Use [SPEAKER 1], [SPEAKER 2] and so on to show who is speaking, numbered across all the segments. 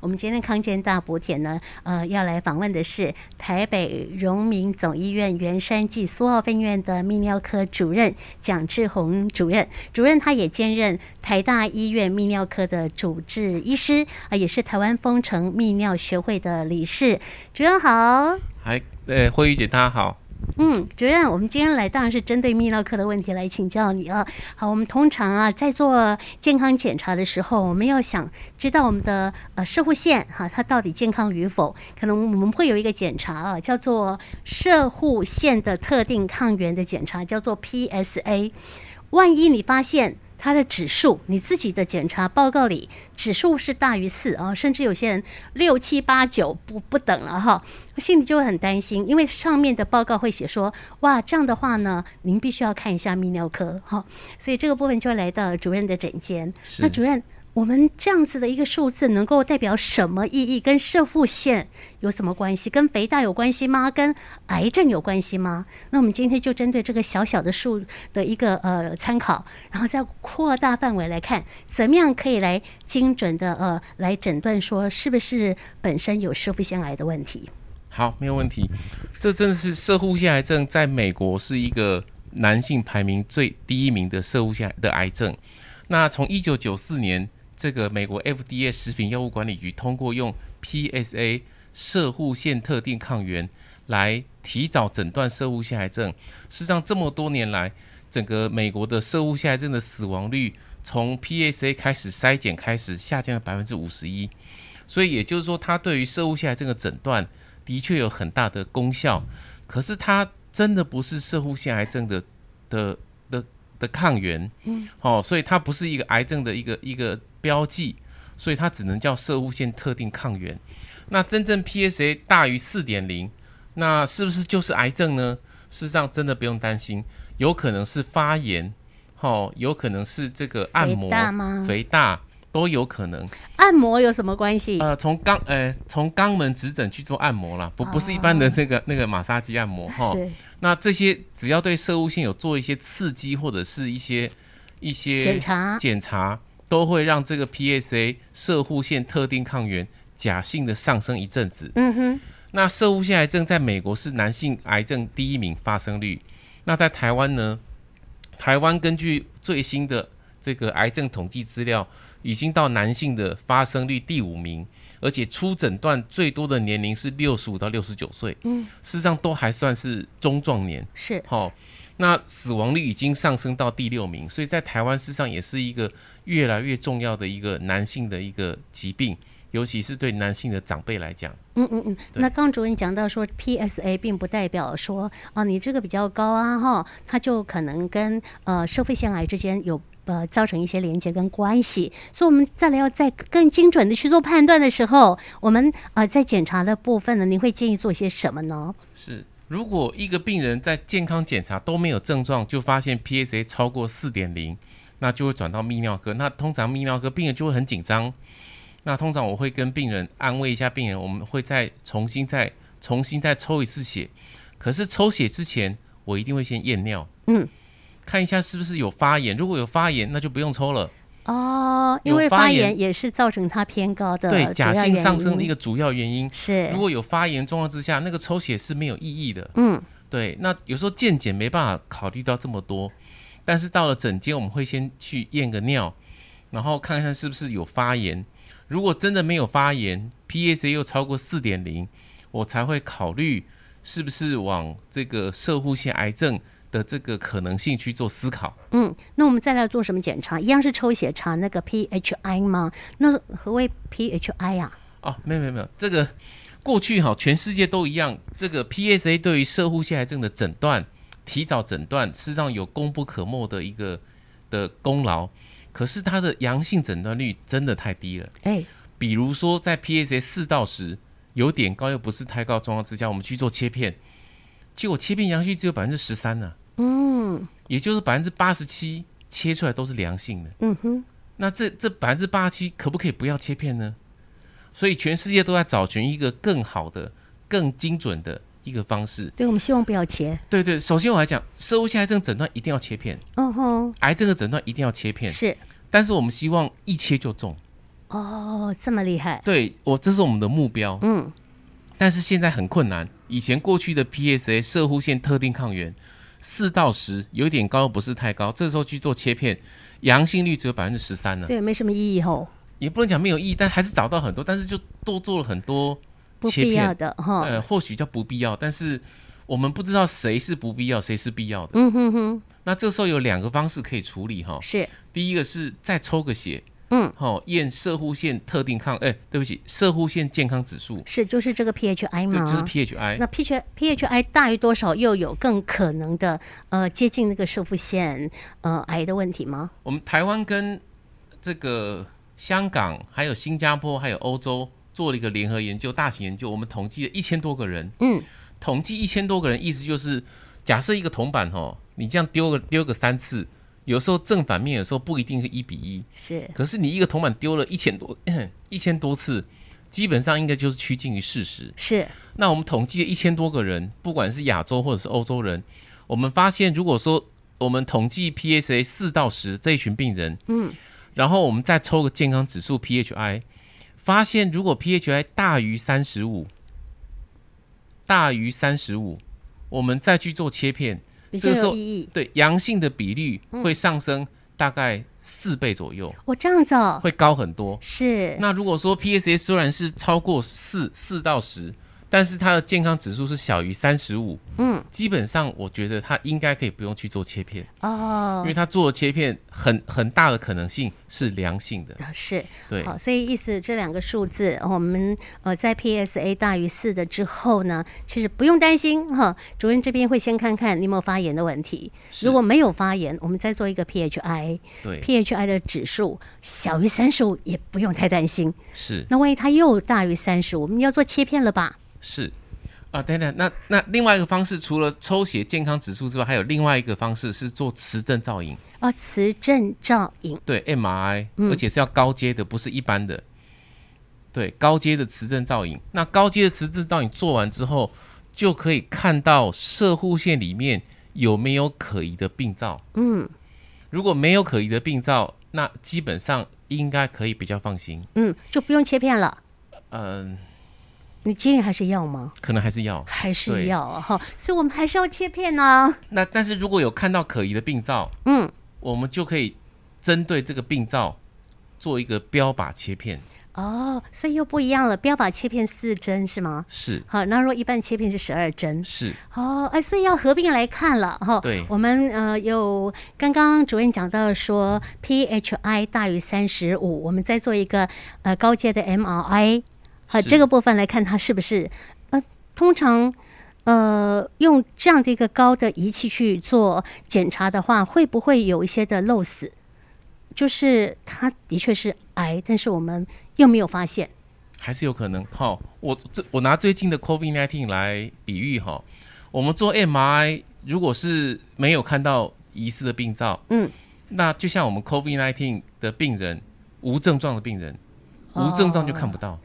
[SPEAKER 1] 我们今天康健大补帖呢，呃，要来访问的是台北荣民总医院圆山暨苏澳分院的泌尿科主任蒋志宏主任。主任他也兼任台大医院泌尿科的主治医师，啊、也是台湾丰城泌尿学会的理事。主任好，
[SPEAKER 2] 还呃，慧玉姐大家好，
[SPEAKER 1] 嗯，主任，我们今天来当然是针对泌尿科的问题来请教你啊。好，我们通常啊在做健康检查的时候，我们要想知道我们的呃射护腺哈、它到底健康与否，可能我们会有一个检查啊，叫做射护腺的特定抗原的检查，叫做 PSA。万一你发现它的指数，你自己的检查报告里指数是大于四啊，甚至有些人六七八九不不等了哈，我心里就会很担心，因为上面的报告会写说，哇，这样的话呢，您必须要看一下泌尿科哈，所以这个部分就来到主任的诊间。
[SPEAKER 2] 是
[SPEAKER 1] 那主任，我们这样子的一个数字能够代表什么意义？跟射腹线有什么关系？跟肥大有关系吗？跟癌症有关系吗？那我们今天就针对这个小小的数的一个呃参考，然后再扩大范围来看，怎么样可以来精准的呃来诊断说是不是本身有射腹腺癌的问题？
[SPEAKER 2] 好，没有问题。这真的是射护腺癌症，在美国是一个男性排名最第一名的射护腺癌的癌症。那从一九九四年，这个美国 FDA 食品药物管理局通过用 PSA 射护腺特定抗原来提早诊断射护腺癌症。事实上，这么多年来，整个美国的射护腺癌症的死亡率从 PSA 开始筛检开始下降了百分之五十一。所以也就是说，它对于射物腺癌症的诊断的确有很大的功效，可是它真的不是射物腺癌症的的的的抗原，嗯，哦，所以它不是一个癌症的一个一个标记，所以它只能叫射物腺特定抗原。那真正 PSA 大于四点零，那是不是就是癌症呢？事实上，真的不用担心，有可能是发炎，哦，有可能是这个按摩
[SPEAKER 1] 肥大吗
[SPEAKER 2] 肥大都有可能。
[SPEAKER 1] 按摩有什么关系？
[SPEAKER 2] 呃，从肛呃从肛门指诊去做按摩啦，不不是一般的那个、那个马杀鸡按摩哈。
[SPEAKER 1] 哦是
[SPEAKER 2] 那这些只要对射物性有做一些刺激或者是一些一些
[SPEAKER 1] 检查
[SPEAKER 2] 检查，都会让这个 PSA 射护腺特定抗原假性的上升一阵子。
[SPEAKER 1] 嗯哼，
[SPEAKER 2] 那射物腺癌症在美国是男性癌症第一名发生率。那在台湾呢？台湾根据最新的这个癌症统计资料，已经到男性的发生率第五名，而且初诊断最多的年龄是六十五到六十九岁，嗯，事实上都还算是中壮年。
[SPEAKER 1] 是
[SPEAKER 2] 好、那死亡率已经上升到第六名，所以在台湾事实上也是一个越来越重要的一个男性的一个疾病，尤其是对男性的长辈来讲。
[SPEAKER 1] 嗯嗯嗯，
[SPEAKER 2] 对
[SPEAKER 1] 那刚主任讲到说，PSA 并不代表说啊，你这个比较高啊哈，它就可能跟呃社会腺癌之间有呃造成一些连接跟关系，所以我们再来要再更精准的去做判断的时候，我们呃在检查的部分呢，你会建议做些什么呢？
[SPEAKER 2] 是，如果一个病人在健康检查都没有症状，就发现 PSA 超过四点零，那就会转到泌尿科。那通常泌尿科病人就会很紧张。那通常我会跟病人安慰一下病人，我们会再重新再重新再抽一次血。可是抽血之前，我一定会先验尿，
[SPEAKER 1] 嗯，
[SPEAKER 2] 看一下是不是有发炎。如果有发炎，那就不用抽了。
[SPEAKER 1] 哦，因
[SPEAKER 2] 有
[SPEAKER 1] 为
[SPEAKER 2] 发
[SPEAKER 1] 发
[SPEAKER 2] 炎
[SPEAKER 1] 炎也是造成它偏高的
[SPEAKER 2] 对，
[SPEAKER 1] 主
[SPEAKER 2] 假
[SPEAKER 1] 要
[SPEAKER 2] 性
[SPEAKER 1] 原
[SPEAKER 2] 上升的
[SPEAKER 1] 因
[SPEAKER 2] 一个主要原因。
[SPEAKER 1] 是
[SPEAKER 2] 如果有发炎状况之下，那个抽血是没有意义的。
[SPEAKER 1] 嗯
[SPEAKER 2] 对，那有时候健检没办法考虑到这么多，但是到了诊间，我们会先去验个尿，然后看看是不是有发炎。如果真的没有发炎，PSA 又超过四点零，我才会考虑是不是往这个射护腺癌症的这个可能性去做思考。
[SPEAKER 1] 嗯，那我们再来做什么检查？一样是抽血查那个 PHI 吗？那何谓 PHI 啊？
[SPEAKER 2] 哦，没有没有没有，这个过去哈，全世界都一样，这个 PSA 对于射护腺癌症的诊断、提早诊断，事实上有功不可没的一个的功劳。可是它的阳性诊断率真的太低了。
[SPEAKER 1] 哎，
[SPEAKER 2] 比如说在 PSA 四到十有点高又不是太高的状况之下，我们去做切片，结果切片阳性只有百分之十三呢，
[SPEAKER 1] 嗯
[SPEAKER 2] 也就是百分之八十七切出来都是良性的。
[SPEAKER 1] 嗯哼，
[SPEAKER 2] 那这这百分之八七可不可以不要切片呢？所以全世界都在找寻一个更好的、更精准的一个方式。
[SPEAKER 1] 对，我们希望不要切。
[SPEAKER 2] 对对，首先我来讲，射物腺癌症诊断一定要切片，
[SPEAKER 1] 哦吼，嗯
[SPEAKER 2] 癌症的诊断一定要切片，
[SPEAKER 1] 是
[SPEAKER 2] 但是我们希望一切就中。
[SPEAKER 1] 哦，这么厉害，
[SPEAKER 2] 对我，这是我们的目标，
[SPEAKER 1] 嗯，
[SPEAKER 2] 但是现在很困难。以前过去的 PSA 射护腺特定抗原四到十，有点高，不是太高。这时候去做切片，阳性率只有百分之十三了，
[SPEAKER 1] 对，没什么意义吼，
[SPEAKER 2] 也不能讲没有意义，但还是找到很多，但是就多做了很多
[SPEAKER 1] 不
[SPEAKER 2] 切
[SPEAKER 1] 必
[SPEAKER 2] 片
[SPEAKER 1] 要，的哦哈，
[SPEAKER 2] 呃，或许叫不必要，但是我们不知道谁是不必要，谁是必要的。
[SPEAKER 1] 嗯哼哼，
[SPEAKER 2] 那这时候有两个方式可以处理哈，
[SPEAKER 1] 是，
[SPEAKER 2] 第一个是再抽个血，
[SPEAKER 1] 嗯，
[SPEAKER 2] 好、验射护腺特定抗，哎、对不起，射护腺健康指数，
[SPEAKER 1] 是，就是这个 PHI
[SPEAKER 2] 对，
[SPEAKER 1] 嘛，
[SPEAKER 2] 就是 PHI。
[SPEAKER 1] 嗯那 PH PHI 大于多少，又有更可能的呃接近那个射腹腺呃癌的问题吗？
[SPEAKER 2] 我们台湾跟这个香港、还有新加坡、还有欧洲做了一个联合研究，大型研究，我们统计了一千多个人，
[SPEAKER 1] 嗯，
[SPEAKER 2] 统计一千多个人，意思就是假设一个铜板哦，你这样丢个丢个三次，有时候正反面，有时候不一定是一比一，
[SPEAKER 1] 是，
[SPEAKER 2] 可是你一个铜板丢了一千多 一千多次，基本上应该就是趋近于事实。
[SPEAKER 1] 是，
[SPEAKER 2] 那我们统计了一千多个人，不管是亚洲或者是欧洲人，我们发现，如果说我们统计 PSA 四到十这一群病人，
[SPEAKER 1] 嗯，
[SPEAKER 2] 然后我们再抽个健康指数 PHI，发现如果 PHI 大于三十五，大于三十五，我们再去做切片，
[SPEAKER 1] 比较
[SPEAKER 2] 这个时
[SPEAKER 1] 有
[SPEAKER 2] 候
[SPEAKER 1] 意义。
[SPEAKER 2] 对阳性的比率会上升大概四倍左右，
[SPEAKER 1] 我这样子哦，
[SPEAKER 2] 会高很多。
[SPEAKER 1] 是，
[SPEAKER 2] 那如果说 PSA 虽然是超过四四到十，但是它的健康指数是小于三十五，
[SPEAKER 1] 嗯，
[SPEAKER 2] 基本上我觉得它应该可以不用去做切片，因
[SPEAKER 1] 哦
[SPEAKER 2] 为，它做的切片很很大的可能性是良性的。
[SPEAKER 1] 是，
[SPEAKER 2] 对，
[SPEAKER 1] 好，所以意思这两个数字，我们呃在 PSA 大于四的之后呢，其实不用担心哈。主任这边会先看看你有没有发炎的问题，
[SPEAKER 2] 是
[SPEAKER 1] 如果没有发炎，我们再做一个 PHI，PHI
[SPEAKER 2] 对
[SPEAKER 1] 的指数小于三十五也不用太担心。
[SPEAKER 2] 是
[SPEAKER 1] 那万一它又大于三十，我们要做切片了吧？
[SPEAKER 2] 是啊，等等，那那另外一个方式，除了抽血健康指数之外，还有另外一个方式是做磁振造影。
[SPEAKER 1] 啊，磁振造影
[SPEAKER 2] 对 MRI，、而且是要高阶的，不是一般的。对，高阶的磁振造影。那高阶的磁振造影做完之后，就可以看到射护线里面有没有可疑的病灶。嗯，如果没有可疑的病灶，那基本上应该可以比较放心。
[SPEAKER 1] 嗯，就不用切片了。
[SPEAKER 2] 嗯，
[SPEAKER 1] 你建议还是要吗？
[SPEAKER 2] 可能还是要。
[SPEAKER 1] 还是
[SPEAKER 2] 对
[SPEAKER 1] 要啊哈、所以我们还是要切片呢、
[SPEAKER 2] 那但是如果有看到可疑的病灶，
[SPEAKER 1] 嗯，
[SPEAKER 2] 我们就可以针对这个病灶做一个标靶切片。
[SPEAKER 1] 哦，所以又不一样了，不要把切片四针是吗？
[SPEAKER 2] 是
[SPEAKER 1] 好，那如果一半切片是十二针，
[SPEAKER 2] 是，
[SPEAKER 1] 哦，哎，所以要合并来看了哈。
[SPEAKER 2] 对
[SPEAKER 1] 我们呃有刚刚主任讲到说 PHI 大于三十五，我们再做一个呃高阶的 MRI，好、
[SPEAKER 2] 是
[SPEAKER 1] 这个部分来看它是不是呃通常。呃，用这样的一个高的仪器去做检查的话，会不会有一些的漏死？就是它的确是癌，但是我们又没有发现。
[SPEAKER 2] 还是有可能。好，我最我拿最近的 COVID 1 9来比喻哈，我们做 MRI 如果是没有看到疑似的病灶，
[SPEAKER 1] 嗯，
[SPEAKER 2] 那就像我们 COVID 1 9的病人，无症状的病人，
[SPEAKER 1] 哦
[SPEAKER 2] 无症状就看不到。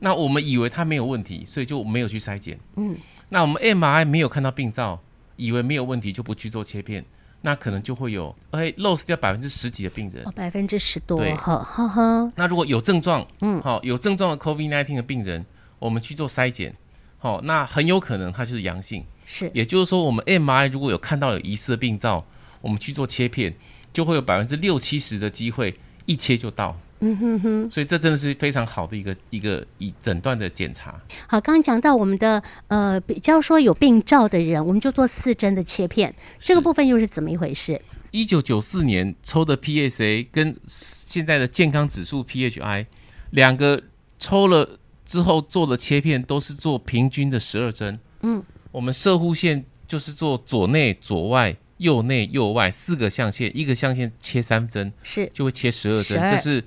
[SPEAKER 2] 那我们以为他没有问题，所以就没有去筛检。
[SPEAKER 1] 嗯，
[SPEAKER 2] 那我们 MRI 没有看到病灶，以为没有问题就不去做切片，那可能就会有哎 loss 掉百分之十几的病人
[SPEAKER 1] 哦，。百分之十多，
[SPEAKER 2] 对
[SPEAKER 1] 哈哈哈。
[SPEAKER 2] 那如果有症状，嗯，好、有症状的 COVID-19 的病人，我们去做筛检，好、那很有可能他就是阳性。
[SPEAKER 1] 是
[SPEAKER 2] 也就是说，我们 MRI 如果有看到有疑似的病灶，我们去做切片，就会有百分之六七十的机会一切就到。嗯哼哼，所以这真的是非常好的一个一个以诊断的检查。
[SPEAKER 1] 好，刚刚讲到我们的呃比较说有病灶的人，我们就做四针的切片，这个部分又是怎么一回事？
[SPEAKER 2] 一九九四年抽的 PSA 跟现在的健康指数 PHI 两个抽了之后做的切片都是做平均的十二针。
[SPEAKER 1] 嗯，
[SPEAKER 2] 我们射护线就是做左内、左外、右内、右外四个象限，一个象限切三针，
[SPEAKER 1] 是
[SPEAKER 2] 就会切十二针。
[SPEAKER 1] 12
[SPEAKER 2] 这是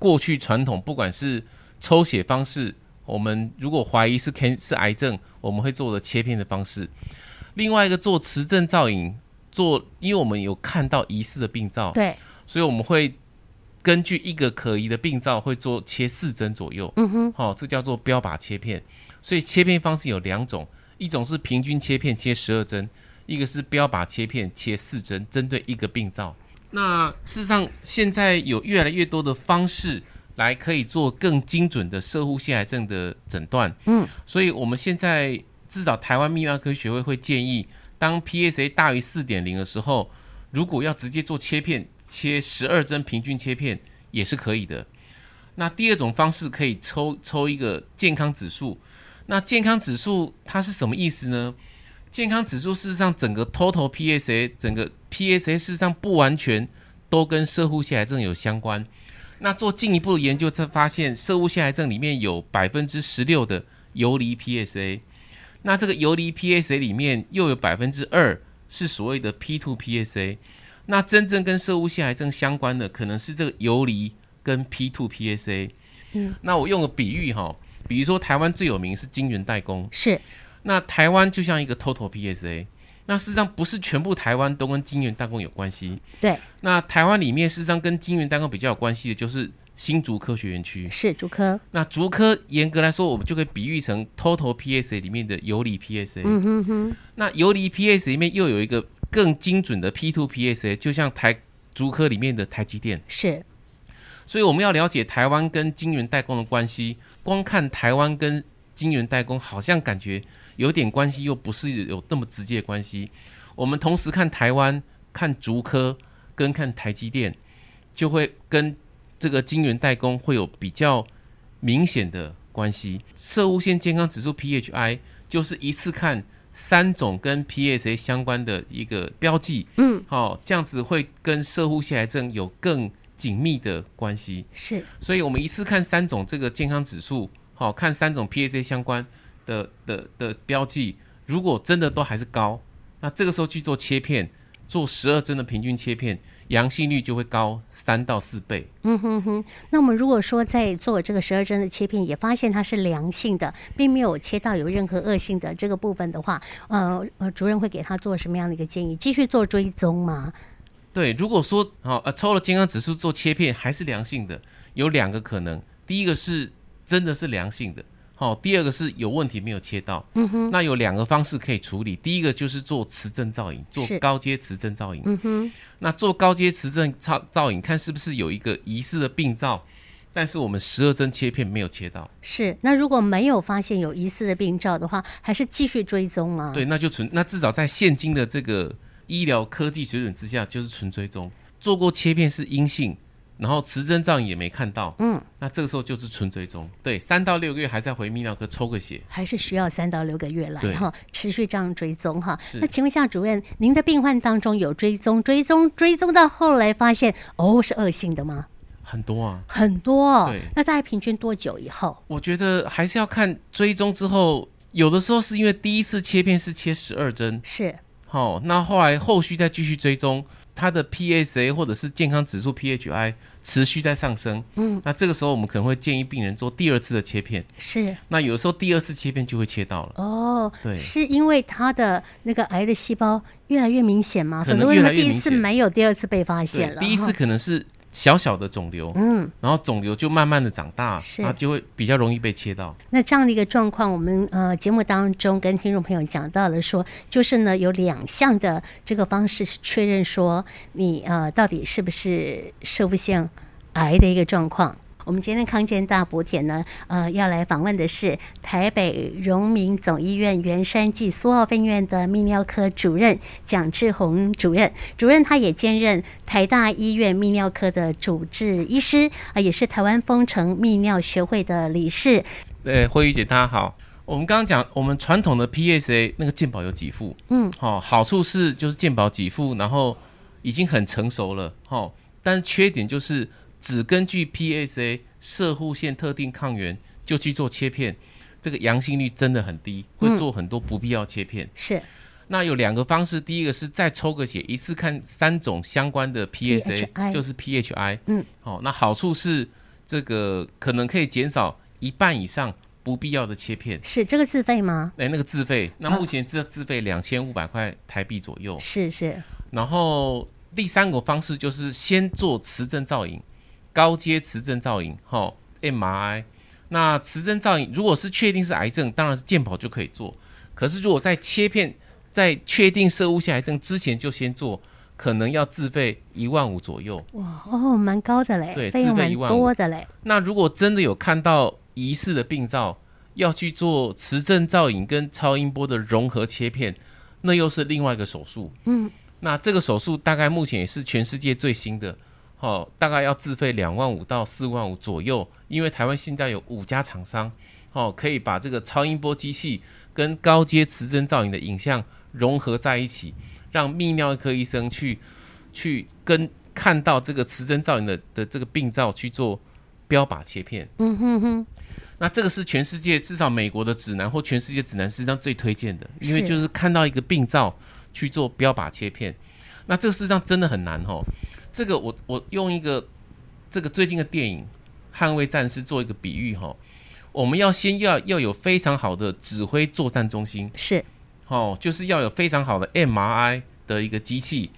[SPEAKER 2] 过去传统，不管是抽血方式，我们如果怀疑是 can 是癌症，我们会做的切片的方式。另外一个做磁振造影，做因为我们有看到疑似的病灶，
[SPEAKER 1] 对，
[SPEAKER 2] 所以我们会根据一个可疑的病灶会做切四针左右。
[SPEAKER 1] 嗯哼，
[SPEAKER 2] 好、这叫做标靶切片。所以切片方式有两种，一种是平均切片切十二针，一个是标靶切片切四针，针对一个病灶。那事实上，现在有越来越多的方式来可以做更精准的射护腺癌症的诊断。
[SPEAKER 1] 嗯，
[SPEAKER 2] 所以我们现在至少台湾泌尿科学会会建议，当 PSA 大于四点零的时候，如果要直接做切片，切十二针平均切片也是可以的。那第二种方式可以抽抽一个健康指数，那健康指数它是什么意思呢？健康指数事实上整个 total PSA 整个 PSA 事实上不完全都跟射护腺癌症有相关。那做进一步的研究，才发现射护腺癌症里面有百分之十六的游离 PSA，那这个游离 PSA 里面又有百分之二是所谓的 P two PSA，那真正跟射护腺癌症相关的，可能是这个游离跟 P two PSA。
[SPEAKER 1] 嗯，
[SPEAKER 2] 那我用个比喻哈，比如说台湾最有名是晶圆代工，
[SPEAKER 1] 是
[SPEAKER 2] 那台湾就像一个 total PSA，那事实上不是全部台湾都跟晶圆代工有关系。
[SPEAKER 1] 对，
[SPEAKER 2] 那台湾里面事实上跟晶圆代工比较有关系的就是新竹科学园区。
[SPEAKER 1] 是主科，
[SPEAKER 2] 那竹科严格来说，我们就可以比喻成 total PSA 里面的游离 PSA。
[SPEAKER 1] 嗯哼哼，
[SPEAKER 2] 那游离 PSA 里面又有一个更精准的 P two PSA，就像台竹科里面的台积电。
[SPEAKER 1] 是
[SPEAKER 2] 所以我们要了解台湾跟晶圆代工的关系，光看台湾跟晶圆代工好像感觉有点关系，又不是有那么直接的关系。我们同时看台湾、看竹科跟看台积电，就会跟这个晶圆代工会有比较明显的关系。射物线健康指数 PHI 就是一次看三种跟 PSA 相关的一个标记，
[SPEAKER 1] 嗯，
[SPEAKER 2] 好、这样子会跟射护腺癌症有更紧密的关系。
[SPEAKER 1] 是
[SPEAKER 2] 所以我们一次看三种这个健康指数，好、看三种 PSA 相关的的的标记，如果真的都还是高，那这个时候去做切片，做十二针的平均切片，阳性率就会高三到四倍。
[SPEAKER 1] 嗯哼哼，那我们如果说在做这个十二针的切片，也发现它是良性的，并没有切到有任何恶性的这个部分的话，呃呃，主任会给他做什么样的一个建议？继续做追踪吗？
[SPEAKER 2] 对，如果说好、哦、呃抽了健康指数做切片还是良性的，有两个可能，第一个是真的是良性的，好、第二个是有问题没有切到。嗯哼，那有两个方式可以处理，第一个就是做磁振造影，做
[SPEAKER 1] 是
[SPEAKER 2] 高阶磁振造影。
[SPEAKER 1] 嗯哼，
[SPEAKER 2] 那做高阶磁振造造影，看是不是有一个疑似的病灶，但是我们十二针切片没有切到，
[SPEAKER 1] 是。那如果没有发现有疑似的病灶的话，还是继续追踪吗？，
[SPEAKER 2] 对，那就纯那至少在现今的这个医疗科技水准之下，就是纯追踪。做过切片是阴性，然后磁振造影也没看到，
[SPEAKER 1] 嗯，
[SPEAKER 2] 那这个时候就是纯追踪。对，三到六个月还在回泌尿科抽个血。
[SPEAKER 1] 还是需要三到六个月来
[SPEAKER 2] 对
[SPEAKER 1] 哈，持续这样追踪哈。
[SPEAKER 2] 是
[SPEAKER 1] 那请问一下主任，您的病患当中有追踪追踪追踪到后来发现哦是恶性的吗？
[SPEAKER 2] 很多啊，
[SPEAKER 1] 很多哦
[SPEAKER 2] 对，
[SPEAKER 1] 那大概平均多久以后？
[SPEAKER 2] 我觉得还是要看追踪之后，有的时候是因为第一次切片是切十二针，
[SPEAKER 1] 是
[SPEAKER 2] 好、那后来后续再继续追踪，它的 PSA 或者是健康指数 PHI 持续在上升，嗯，那这个时候我们可能会建议病人做第二次的切片，
[SPEAKER 1] 是
[SPEAKER 2] 那有时候第二次切片就会切到了，
[SPEAKER 1] 哦，
[SPEAKER 2] 对
[SPEAKER 1] 是因为他的那个癌的细胞越来越明显吗？否
[SPEAKER 2] 可能
[SPEAKER 1] 则为什么
[SPEAKER 2] 越来越
[SPEAKER 1] 第一
[SPEAKER 2] 明
[SPEAKER 1] 次
[SPEAKER 2] 显
[SPEAKER 1] 没有，第二次被发现
[SPEAKER 2] 对，
[SPEAKER 1] 了？
[SPEAKER 2] 第一次
[SPEAKER 1] 哈
[SPEAKER 2] 可能是小小的肿瘤，
[SPEAKER 1] 嗯，
[SPEAKER 2] 然后肿瘤就慢慢的长大，
[SPEAKER 1] 是
[SPEAKER 2] 然后就会比较容易被切到，
[SPEAKER 1] 那这样的一个状况，我们呃节目当中跟听众朋友讲到了说，就是呢有两项的这个方式是确认说你呃到底是不是射物腺癌的一个状况。我们今天康健大补帖呢，呃，要来访问的是台北荣民总医院圆山暨苏澳分院的泌尿科主任蒋志宏主任。主任他也兼任台大医院泌尿科的主治医师，啊、也是台湾丰城泌尿学会的理事。
[SPEAKER 2] 呃，慧玉姐大家好。我们刚刚讲，我们传统的 PSA 那个健保有给付，
[SPEAKER 1] 嗯，
[SPEAKER 2] 好、好处是就是健保给付，然后已经很成熟了，好、但缺点就是只根据 PSA 射护腺特定抗原就去做切片，这个阳性率真的很低，
[SPEAKER 1] 嗯
[SPEAKER 2] 会做很多不必要切片。
[SPEAKER 1] 是
[SPEAKER 2] 那有两个方式，第一个是再抽个血，一次看三种相关的 PSA，
[SPEAKER 1] PHI
[SPEAKER 2] 就是 PHI。
[SPEAKER 1] 嗯，
[SPEAKER 2] 好、那好处是这个可能可以减少一半以上不必要的切片。
[SPEAKER 1] 是这个自费吗？
[SPEAKER 2] 哎，那个自费，那
[SPEAKER 1] 啊
[SPEAKER 2] 目前自自费两千五百块台币左右。
[SPEAKER 1] 是是
[SPEAKER 2] 然后第三个方式就是先做磁振造影，高阶磁振造影，哈、m r i 那磁振造影如果是确定是癌症，当然是健保就可以做。可是如果在切片在确定射物腺癌症之前就先做，可能要自费一万五左右。
[SPEAKER 1] 哇哦，蛮高的嘞，
[SPEAKER 2] 对
[SPEAKER 1] 费用
[SPEAKER 2] 自费
[SPEAKER 1] 蛮
[SPEAKER 2] 15,000
[SPEAKER 1] 多的嘞。
[SPEAKER 2] 那如果真的有看到疑似的病灶，要去做磁振造影跟超音波的融合切片，那又是另外一个手术。
[SPEAKER 1] 嗯，
[SPEAKER 2] 那这个手术大概目前也是全世界最新的，哦，大概要自费两万五到四万五左右，因为台湾现在有五家厂商，哦，可以把这个超音波机器跟高阶磁振造影的影像融合在一起，让泌尿科医生去去跟看到这个磁振造影的的这个病灶去做标靶切片。
[SPEAKER 1] 嗯哼哼，
[SPEAKER 2] 那这个是全世界至少美国的指南或全世界指南实际上最推荐的，因为
[SPEAKER 1] 是
[SPEAKER 2] 就是看到一个病灶去做标靶切片，那这个事实上真的很难哦。这个我我用一个这个最近的电影《捍卫战士》做一个比喻哦哈，我们要先要要有非常好的指挥作战中心，
[SPEAKER 1] 是
[SPEAKER 2] 哦，就是要有非常好的 MRI 的一个机器，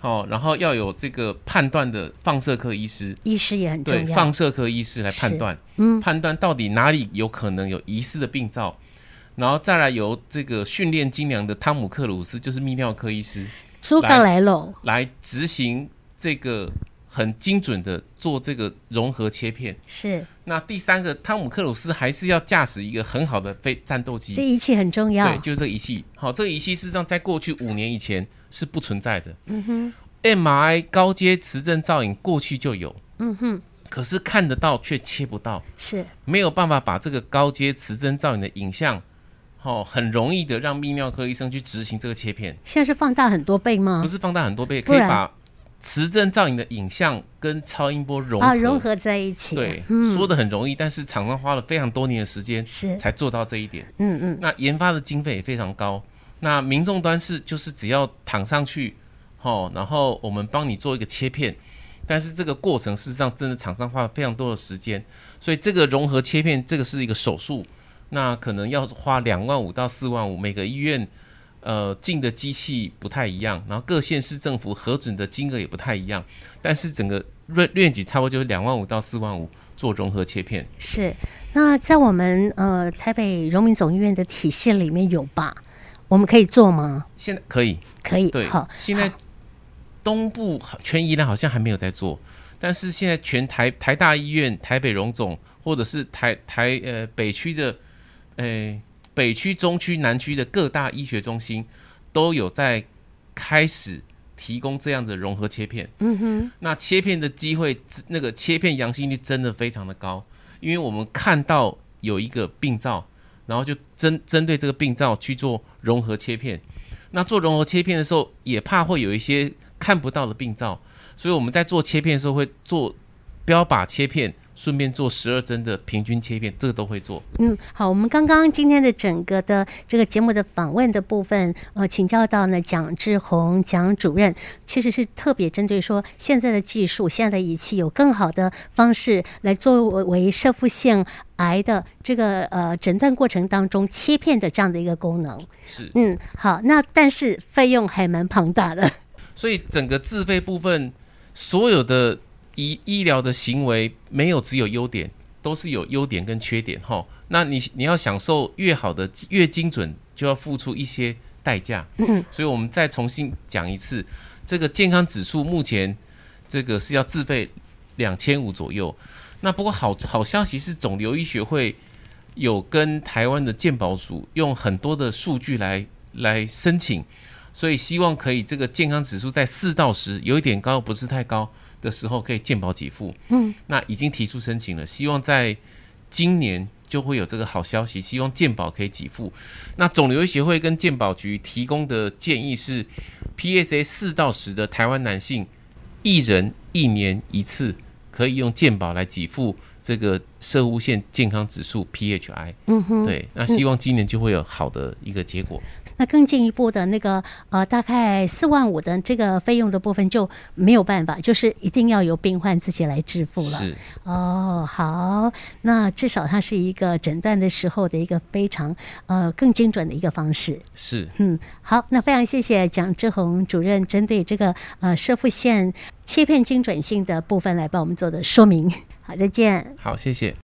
[SPEAKER 2] 哦，然后要有这个判断的放射科医师，
[SPEAKER 1] 医师也很
[SPEAKER 2] 对
[SPEAKER 1] 重要。
[SPEAKER 2] 放射科医师来判断，
[SPEAKER 1] 嗯
[SPEAKER 2] 判断到底哪里有可能有疑似的病灶，然后再来由这个训练精良的汤姆克鲁斯，就是泌尿科医师
[SPEAKER 1] 苏格莱喽，
[SPEAKER 2] 来执行这个很精准的做这个融合切片。
[SPEAKER 1] 是
[SPEAKER 2] 那第三个，汤姆克鲁斯还是要驾驶一个很好的飞战斗机，
[SPEAKER 1] 这仪器很重要
[SPEAKER 2] 对，。就是这个仪器。好，这个仪器事实上在过去五年以前是不存在的。嗯哼，MRI 高阶磁振造影过去就有，
[SPEAKER 1] 嗯哼，
[SPEAKER 2] 可是看得到却切不到，
[SPEAKER 1] 是
[SPEAKER 2] 没有办法把这个高阶磁振造影的影像，哦，很容易的让泌尿科医生去执行这个切片，
[SPEAKER 1] 现在是放大很多倍吗
[SPEAKER 2] 不？是放大很多倍，
[SPEAKER 1] 嗯不
[SPEAKER 2] 可以
[SPEAKER 1] 然
[SPEAKER 2] 把磁振造影的影像跟超音波融合。
[SPEAKER 1] 啊，融合在一起。
[SPEAKER 2] 对，
[SPEAKER 1] 嗯，
[SPEAKER 2] 说的很容易，但是厂商花了非常多年的时间
[SPEAKER 1] 是
[SPEAKER 2] 才做到这一点。
[SPEAKER 1] 嗯嗯，
[SPEAKER 2] 那研发的经费也非常高。那民众端是就是只要躺上去，哦，然后我们帮你做一个切片，但是这个过程事实上真的厂商花了非常多的时间，所以这个融合切片这个是一个手术，那可能要花两万五到四万五，每个医院呃进的机器不太一样，然后各县市政府核准的金额也不太一样，但是整个略略举差不多就是两万五到四万五做融合切片。
[SPEAKER 1] 是。那在我们呃台北荣民总医院的体系里面有吧？我们可以做吗？
[SPEAKER 2] 现在可以，
[SPEAKER 1] 可以。
[SPEAKER 2] 对
[SPEAKER 1] 好，，
[SPEAKER 2] 现在东部好全宜兰好像还没有在做，但是现在全台台大医院、台北荣总或者是台台呃北区的呃北区、中区、南区的各大医学中心都有在开始提供这样的融合切片。
[SPEAKER 1] 嗯哼，
[SPEAKER 2] 那切片的机会，那个切片阳性率真的非常的高，因为我们看到有一个病灶，然后就针针对这个病灶去做融合切片。那做融合切片的时候，也怕会有一些看不到的病灶，所以我们在做切片的时候会做标靶切片，顺便做十二针的平均切片，这个都会做。
[SPEAKER 1] 嗯，好，我们刚刚今天的整个的这个节目的访问的部分，呃，请教到呢蒋志宏蒋主任，其实是特别针对说现在的技术、现在的仪器有更好的方式来作为射腹腺癌的这个呃诊断过程当中切片的这样的一个功能。
[SPEAKER 2] 是，
[SPEAKER 1] 嗯，好，那但是费用还蛮庞大的。
[SPEAKER 2] 所以整个自费部分，所有的医医疗的行为没有只有优点，都是有优点跟缺点哈。那你你要享受越好的越精准，就要付出一些代价。
[SPEAKER 1] 嗯，
[SPEAKER 2] 所以我们再重新讲一次，这个健康指数目前这个是要自费两千五左右。那不过好好消息是，肿瘤医学会有跟台湾的健保署用很多的数据来来申请，所以希望可以这个健康指数在四到十，有一点高，不是太高的时候，可以健保给付。
[SPEAKER 1] 嗯，
[SPEAKER 2] 那已经提出申请了，希望在今年就会有这个好消息，希望健保可以给付。那肿瘤医学会跟健保局提供的建议是，PSA 四到十的台湾男性，一人一年一次，可以用健保来给付这个射弧线健康指数 PHI。
[SPEAKER 1] 嗯哼，
[SPEAKER 2] 对，那希望今年就会有好的一个结果。
[SPEAKER 1] 那更进一步的那个呃，大概四万五的这个费用的部分就没有办法，就是一定要由病患自己来支付了。
[SPEAKER 2] 是，
[SPEAKER 1] 哦，好，那至少它是一个诊断的时候的一个非常呃更精准的一个方式。
[SPEAKER 2] 是。
[SPEAKER 1] 嗯，好，那非常谢谢蒋志宏主任针对这个呃射腹线切片精准性的部分来帮我们做的说明。好，再见。
[SPEAKER 2] 好，谢谢。